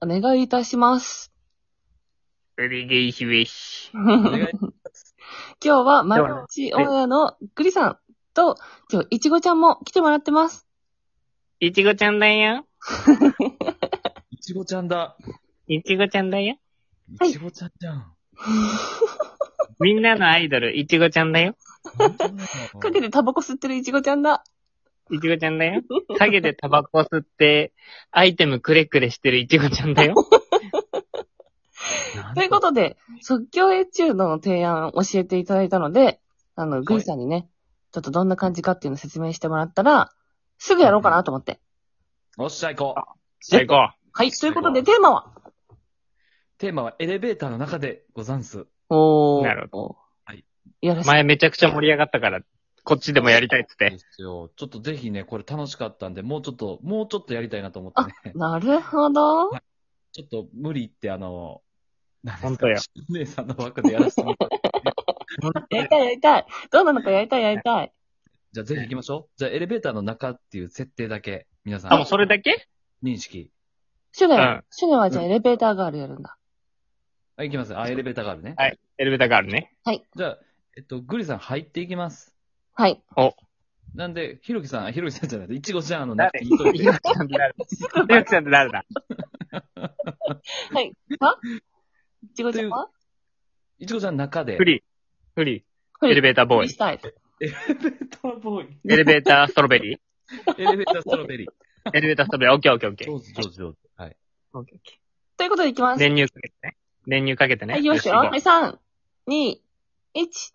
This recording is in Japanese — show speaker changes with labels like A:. A: お願いいたします。
B: お願いします。
C: お願いします。
A: 今日は、マルチオンエアのグリさんと、今日、いちごちゃんも来てもらってます。
B: いちごちゃんだよ。
C: いちごちゃんだ。
B: いちごちゃんだよ。
A: はい
C: いちごちゃんじゃん。
B: みんなのアイドル、いちごちゃんだよ。
A: かけてタバコ吸ってるいちごちゃんだ。
B: いちごちゃんだよ。陰でタバコ吸って、アイテムくれくれしてるいちごちゃんだよ。
A: ということで、即興エチュードの提案を教えていただいたので、あの、グリさんにね、ちょっとどんな感じかっていうのを説明してもらったら、すぐやろうかなと思って。
C: おっしゃ、行こう。
B: 最高。
A: はい、ということで、テーマは
C: テーマはエレベーターの中でござんす。
A: おー。
B: なるほ
A: ど
C: はい。
A: やらしい。
B: 前めちゃくちゃ盛り上がったから、こっちでもやりたいっつって
C: で。すよ。ちょっとぜひね、これ楽しかったんで、もうちょっと、もうちょっとやりたいなと思ってね。
A: なるほど。
C: ちょっと無理言って、あの、なんですか
B: 本当よ。
C: 姉さんの枠でやらせてもらって。
A: やりたい、やりたい。どうなのかやりたい、やりたい。
C: じゃあぜひ行きましょう。じゃあエレベーターの中っていう設定だけ、皆さ
B: あ、もうんそれだけ
C: 認識。
A: シュネ
B: うん
A: は、シュネはじゃあ
C: う
A: エレベーターガールやるんだ。
C: あ、行きます。あ、エレベーターがあるね。
B: はいエレベーターがあるね。
C: じゃあ、えっと、グリさん入っていきます。
A: はい。
C: なんで、ひろきさん、ひろきさんじゃない、いちごちゃん、あの、な
B: 誰
C: くていいと
B: いちごちゃんって誰だいちごちゃんって誰だ
A: はい。はいちごちゃんはい
C: ちごちゃんの中で、
B: フリー。フリ
A: フ
B: ー。
A: リー
B: エレベーターボーイ。
A: したい。
C: エレベ ーターボーイ。
B: エレベーターストロベリー。
C: エレベーターストロベリー。
B: エレベーターストロベリー。オッケーオッケーオッケー。
C: 上手、上手、上手。はい。
B: オッケーオッケ
A: ということでいきま
B: ー
A: す。
B: 練乳かけてね。練乳かけてね。
A: はい、いきますよ。
B: 行こう
A: はい、3、2、1。